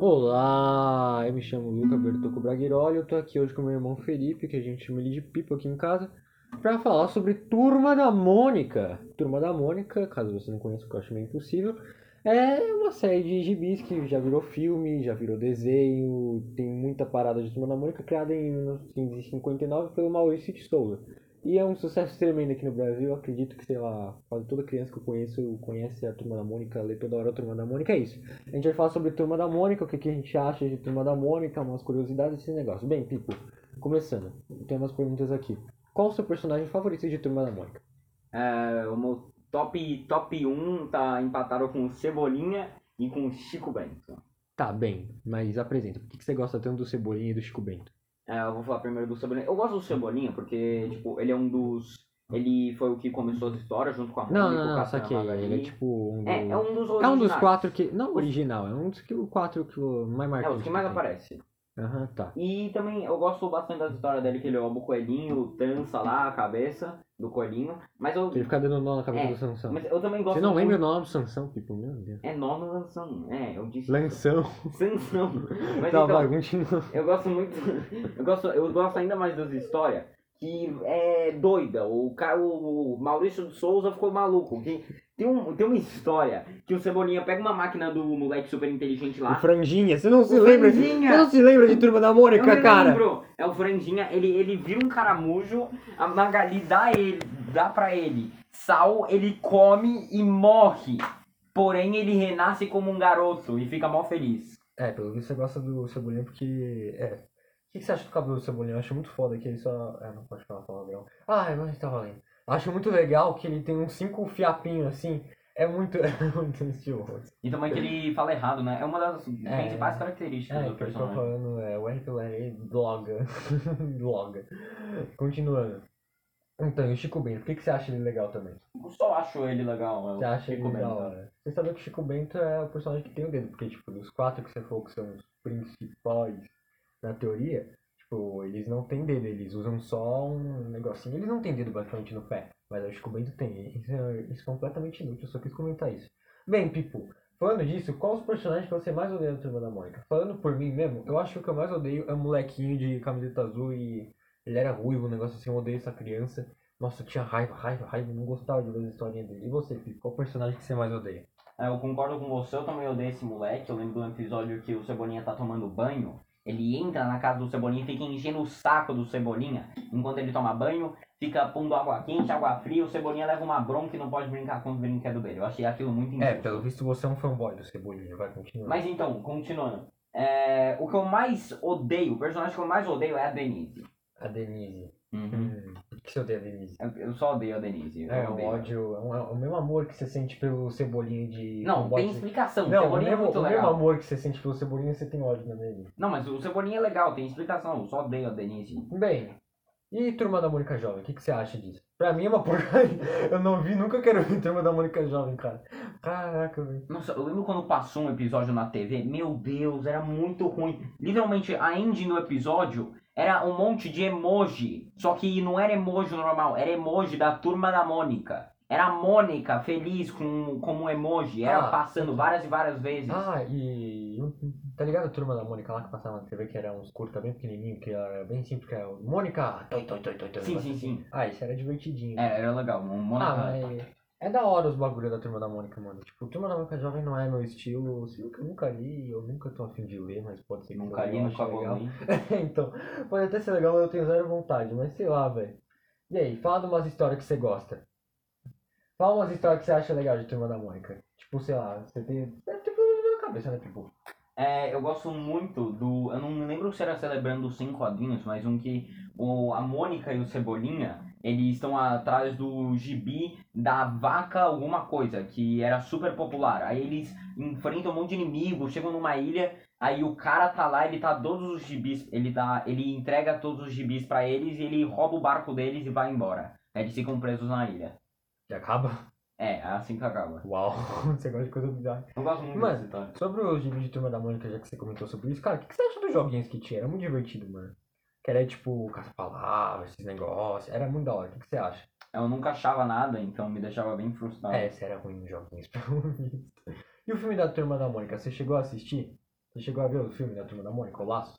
Olá, eu me chamo Luca Bertocco Braghiroli, eu tô aqui hoje com meu irmão Felipe, que a gente chama ele de Pipo aqui em casa, pra falar sobre Turma da Mônica. Turma da Mônica, caso você não conheça, que eu acho meio impossível, é uma série de gibis que já virou filme, já virou desenho, tem muita parada de Turma da Mônica, criada em 1959 pelo Maurício de Souza. E é um sucesso tremendo aqui no Brasil, eu acredito que, sei lá, quase toda criança que eu conheço conhece a Turma da Mônica, lê toda hora a Turma da Mônica, é isso. A gente vai falar sobre Turma da Mônica, o que, que a gente acha de Turma da Mônica, umas curiosidades desse negócio. Bem, Pipo, começando, tem umas perguntas aqui. Qual o seu personagem favorito de Turma da Mônica? É, o meu top, top 1 tá empatado com o Cebolinha e com o Chico Bento. Tá, bem, mas apresenta. Por que, que você gosta tanto do Cebolinha e do Chico Bento? É, eu vou falar primeiro do Cebolinha. Eu gosto do Cebolinha porque, tipo, ele é um dos... Ele foi o que começou as histórias junto com a Não, Mônica, não, o não, Capitão saquei. Magali. Ele é tipo um do... É, é um dos É um dos originais. quatro que... Não original, é um dos que, o quatro que o mais É, marcante. os que mais tem. aparecem. Aham, tá. E também eu gosto bastante da história dele, que ele rouba o coelhinho, trança lá a cabeça do coelhinho. Mas eu, Ele fica dando nó na cabeça É, do Sansão. mas eu também gosto... Você não muito- lembra o nome do Sansão, Pipo? Meu Deus. É Nono Lanção. É, eu disse... Lanção. Sansão. Mas tá, então, vai, continua. Eu gosto muito. Eu gosto, eu gosto ainda mais das histórias que é doida. O, ca- o Maurício de Souza ficou maluco. Que tem, um, tem uma história que o Cebolinha pega uma máquina do moleque super inteligente O lá. Franjinha, você não se O lembra? Franjinha! Você não se lembra de Turma da Eu Mônica, me cara? lembro. É o Franjinha, ele, ele vira um caramujo, a Magali dá ele, dá pra ele sal, ele come e morre. Porém, ele renasce como um garoto e fica mó feliz. É, pelo visto você gosta do Cebolinha porque. É. O que que você acha do cabelo do Cebolinha? Eu acho muito foda que ele só. É, não pode falar palavrão. Ah, mas tá valendo. Acho muito legal que ele tem uns cinco fiapinhos assim. É muito. É muito estiloso. E também Então, que ele fala errado, né? É uma das É. principais características É, do o que eu tô personagem. falando é o R pelo R bloga. bloga. Continuando. Então, e o Chico Bento, o que, que você acha ele legal também? Eu só acho ele legal. Eu Você acha ele fico bem, da né? hora? Você sabe que o Chico Bento é o personagem que tem o dedo, porque, tipo, dos quatro que você falou que são os principais na teoria, tipo, eles não têm dedo, eles usam só um negocinho. Eles não têm dedo basicamente no pé, mas o Chico Bento tem. Isso é, isso é completamente inútil, eu só quis comentar isso. Bem, Pipo, falando disso, qual os personagens que você mais odeia no Turma da Mônica? Falando por mim mesmo, eu acho que o que eu mais odeio é o molequinho de camiseta azul e ele era ruivo, um negócio assim, eu odeio essa criança. Nossa, eu tinha raiva, raiva, raiva, eu não gostava de ver a historinha dele. E você, Pipo, qual personagem que você mais odeia? É, Eu concordo com você, eu também odeio esse moleque. Eu lembro do episódio que o Cebolinha tá tomando banho. Ele entra na casa do Cebolinha e fica enchendo o saco do Cebolinha. Enquanto ele toma banho, fica pondo água quente, água fria. O Cebolinha leva uma bronca e não pode brincar com o brinquedo dele. Eu achei aquilo muito injusto. É, pelo visto você é um fanboy do Cebolinha, vai continuar. Hum. Mas então, continuando. É, o que eu mais odeio, o personagem que eu mais odeio é a Denise. A Denise. Hum, Por que você odeia a Denise? Eu, eu só odeio a Denise. eu É, o odeio. ódio, é, um- é o mesmo amor que você sente pelo Cebolinha de... Não, fanboy tem que você- explicação. o Não, o Cebolinha é mesmo, muito o mesmo legal. amor que você sente pelo Cebolinha, você tem ódio na Denise. Não, mas o Cebolinha é legal, tem explicação. Eu só odeio a Denise. Bem, e Turma da Mônica Jovem, o que, que você acha disso? Pra mim é uma porcaria, eu não vi, nunca quero ver Turma da Mônica Jovem, cara. Caraca, velho. Nossa, eu lembro quando passou um episódio na TV, meu Deus, era muito ruim. Literalmente, a end no episódio era um monte de emoji. Só que não era emoji normal, era emoji da turma da Mônica. Era a Mônica feliz com, com um emoji. Era Ah, passando várias e várias vezes. Ah, e tá ligado a turma da Mônica lá que passava na TV, que era uns curta bem pequenininho, que era bem simples, que era o Mônica! Toi, toi, toi, toi, toi, sim, negócio sim, sim. assim. Ah, isso era divertidinho. Era, era legal. Um Mônica. Ah, mas é da hora os bagulho da turma da Mônica, mano. Tipo, turma da Mônica jovem não é meu estilo, assim, que eu nunca li, eu nunca tô afim de ler, mas pode ser que Nunca eu li, ache nunca vou legal. ler. então, pode até ser legal, eu tenho zero vontade, mas sei lá, velho. E aí, fala de umas histórias que você gosta. Fala umas histórias que você acha legal de Turma da Mônica. Tipo, sei lá, você tem. Deve ter problema na cabeça, né? Tipo, É, eu gosto muito do. Eu não me lembro se era celebrando os cinco quadrinhos, mas um que o, a Mônica e o Cebolinha eles estão atrás do gibi da vaca alguma coisa, que era super popular. Aí eles enfrentam um monte de inimigos, chegam numa ilha, aí o cara tá lá, ele tá todos os gibis, ele dá, ele entrega todos os gibis pra eles e ele rouba o barco deles e vai embora. Aí Eles ficam presos na ilha. já acaba? É, é assim que acaba. Uau, você gosta de coisa bizarra. Eu gosto muito Mas- dessa história. Sobre os livros de Turma da Mônica, já que você comentou sobre isso, cara, o que que você acha dos joguinhos que tinha? Era muito divertido, mano. Que era tipo, caça-palavras, esses negócios. Era muito da hora. O que, que você acha? Eu nunca achava nada, então me deixava bem frustrado. É, esse era ruim nos joguinhos, pelo visto. E o filme da Turma da Mônica, você chegou a assistir? Você chegou a ver o filme da Turma da Mônica, o Laços?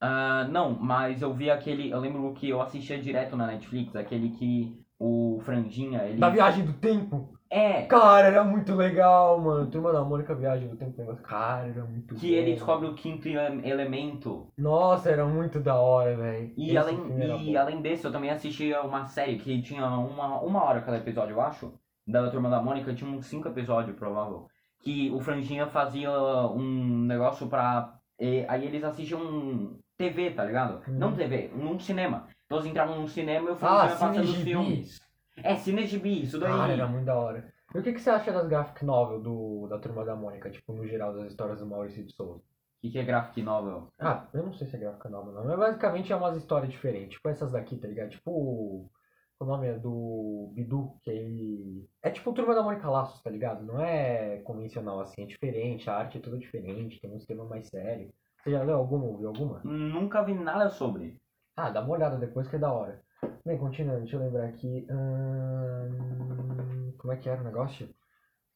Ah, não, mas eu vi aquele. Eu lembro que eu assistia direto na Netflix, aquele que o Franjinha, ele. Da Viagem do Tempo? É, Cara, era muito legal, mano. Turma da Mônica, Viagem do Tempo, um negócio. Cara, era muito que ele bom. descobre o quinto ele- elemento. Nossa, era muito da hora, velho. E, Esse filme é era além, e bom. além desse, eu também assistia uma série que tinha uma, uma hora cada episódio, eu acho. Da Turma da Mônica, tinha uns cinco episódios, provável. Que o Franjinha fazia um negócio pra. e- aí eles assistiam TV, tá ligado? Hum. Não TV, num cinema. Então eles entravam num cinema e o Ah, Franjinha Cine passando os Gibi. Ah, filmes. É, Cinegibi, isso daí. Cara, era muito da hora. E o que, que você acha das graphic novel do, da Turma da Mônica, tipo, no geral, das histórias do Maurício de Souza? O que, que é graphic novel? Ah, eu não sei se é gráfica nova não, mas basicamente é umas histórias diferentes, tipo essas daqui, tá ligado? Tipo, o- o nome é do Bidu, que ele... É tipo o Turma da Mônica Laços, tá ligado? Não é convencional, assim, é diferente, a arte é toda diferente, tem um esquema mais sério. Você já leu alguma, ouviu alguma? Nunca vi nada sobre. Ah, dá uma olhada depois que é da hora. Bem, continuando, deixa eu lembrar aqui. Ahn, Como é que era o negócio?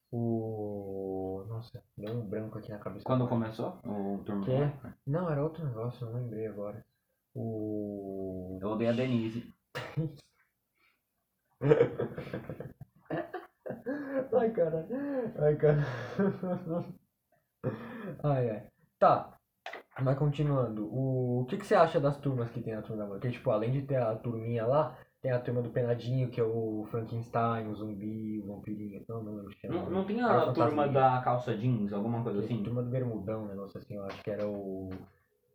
O. Nossa, deu um branco aqui na cabeça. Quando começou o Turma da Quê? Mônica? Não, era outro negócio, não lembrei agora. O. Eu odeio a Denise. Ai, cara. Ai, cara. Ai, ai. Tá. Mas continuando, o, o que, que você acha das turmas que tem na turma da Mônica? Porque, tipo, além de ter a turminha lá, tem a turma do Penadinho, que é o Frankenstein, o zumbi, o vampirinho. então, Não, não lembro. se chama. Não, não tem Era a turma fantasminha. da calça jeans, alguma coisa Aquele assim? Turma do Bermudão, um negócio assim, eu acho que era o.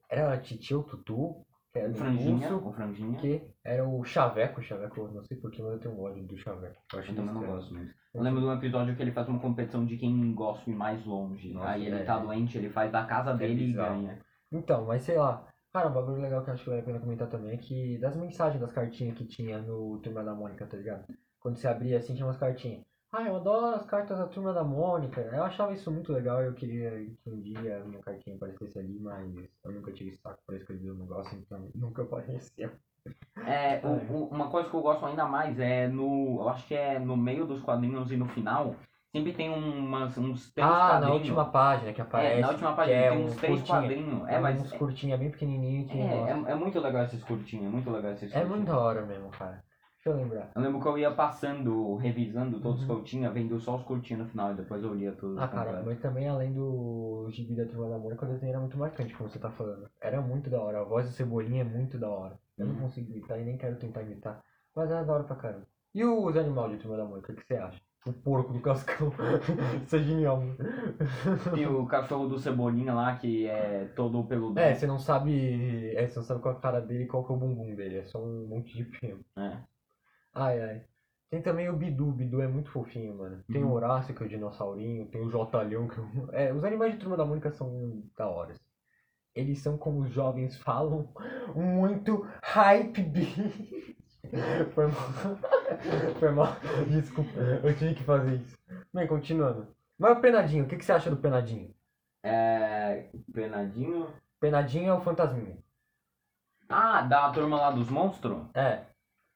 Era a Titi ou Tutu, que era É O do franjinha, Russo, o franjinha. que era o Chaveco, o Chaveco, eu não sei porquê, mas eu tenho um ódio do Chaveco. Eu acho Eu também não estranho. gosto mesmo. Eu lembro de um episódio que ele faz uma competição de quem gosta e mais longe. Nossa, Aí ele é. tá doente, ele faz da casa dele e bizarro. ganha. Então, mas sei lá. Cara, um bagulho legal que eu acho que vale a pena comentar também é que das mensagens das cartinhas que tinha no Turma da Mônica, tá ligado? Quando você abria assim, tinha umas cartinhas. Ah, eu adoro as cartas da Turma da Mônica. Eu achava isso muito legal e eu queria que um dia a minha cartinha aparecesse ali, mas eu nunca tive saco pra escrever o negócio, então nunca apareceu. É, o- Ah, é. o- uma coisa que eu gosto ainda mais é no. Eu acho que é no meio dos quadrinhos e no final. Sempre tem umas, uns três Ah, na quadrinhos. última página que aparece. é, na última que página é tem um uns três curtinha. quadrinhos. É, mas. Uns curtinha bem pequenininho que. É, nossa, é, é muito legal esses curtinhos, é muito legal esses é curtinhos. muito da hora mesmo, cara. Deixa eu lembrar. Eu lembro que eu ia passando, revisando todos Uhum. que eu tinha, vendo só os curtinhos no final e depois eu lia tudo. Ah, cara, completo. mas também além do gibi da Turma da Mônica, o desenho era muito marcante, como você tá falando. Era muito da hora. A voz do Cebolinha é muito da hora. Eu não Uhum. consigo imitar e nem quero tentar imitar. Mas era da hora pra caramba. E os animais de Turma da Mônica, o que você acha? O porco do cascão. Isso é genial. mano. E o cachorro do Cebolinha lá, que é todo peludão. É, você não sabe. É, você não sabe qual é a cara dele e qual que é o bumbum dele. É só um monte de pelo. É. Ai, ai. Tem também o Bidu, o Bidu é muito fofinho, mano. Tem o Uhum. Horácio, que é o dinossaurinho, tem o Jotalhão, que é o... É, os animais de Turma da Mônica são da hora. Eles são, como os jovens falam, muito hype beat. Foi mal. Foi mal. Desculpa, eu tive que fazer isso. Bem, continuando. Mas o Penadinho, o que, que você acha do Penadinho? É. Penadinho. Penadinho é o fantasminha. Ah, da turma lá dos monstros? É,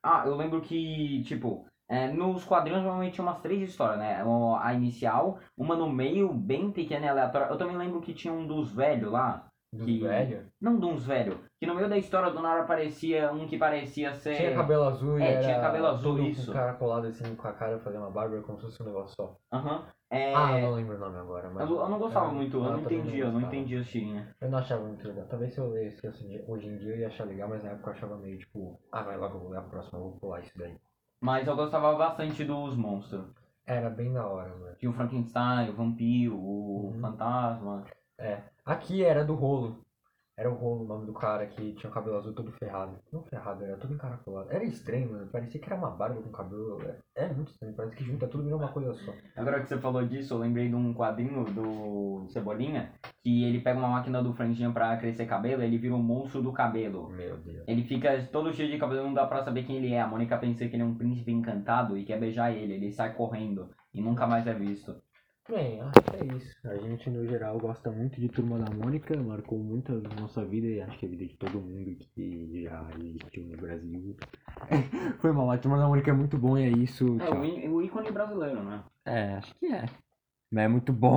Ah, eu lembro que, tipo, é, nos quadrinhos normalmente tinha umas três histórias, né? O- A inicial, uma no meio, bem pequena e aleatória. Eu também lembro que tinha um dos velhos lá. do Que- velho. Não de uns velhos. Que no meio da história do Nara aparecia um que parecia ser. Tinha cabelo azul e É, era tinha cabelo azul, todo isso. com o cara colado assim com a cara fazer uma barba como se fosse um negócio só. Aham. É, Ah, eu não lembro o nome agora, mas. Eu, eu não gostava É, muito, eu não também entendia, eu não assim, né. gostava. entendia as tirinhas. Eu não achava muito legal. Talvez se eu lesse isso de- hoje em dia eu ia achar legal, mas na época eu achava meio tipo, ah, vai logo, eu vou ler a próxima, eu vou pular isso daí. Mas eu gostava bastante dos monstros. Era bem da hora, mano. Tinha o Frankenstein, o vampiro, o Uhum. fantasma. Aqui era do rolo. Era o rolo o nome do cara que tinha o cabelo azul todo ferrado. Não ferrado, era todo encaracolado. Era estranho, mano. Parecia que era uma barba com cabelo. É, é muito estranho, parece que junta tudo virou uma coisa só. Agora que você falou disso, eu lembrei de um quadrinho do Cebolinha, que ele pega uma máquina do franjinha pra crescer cabelo, ele vira um monstro do cabelo. Meu Deus. Ele fica todo cheio de cabelo, não dá pra saber quem ele é. A Mônica pensa que ele é um príncipe encantado e quer beijar ele, ele sai correndo e nunca mais é visto. Bem, acho que é isso. A gente, no geral, gosta muito de Turma da Mônica, marcou muito a nossa vida e acho que a vida de todo mundo que já existiu no Brasil. Foi mal, a Turma da Mônica é muito bom e é isso. É tchau. o, í- o ícone brasileiro, né? É, acho que é. Mas é muito bom.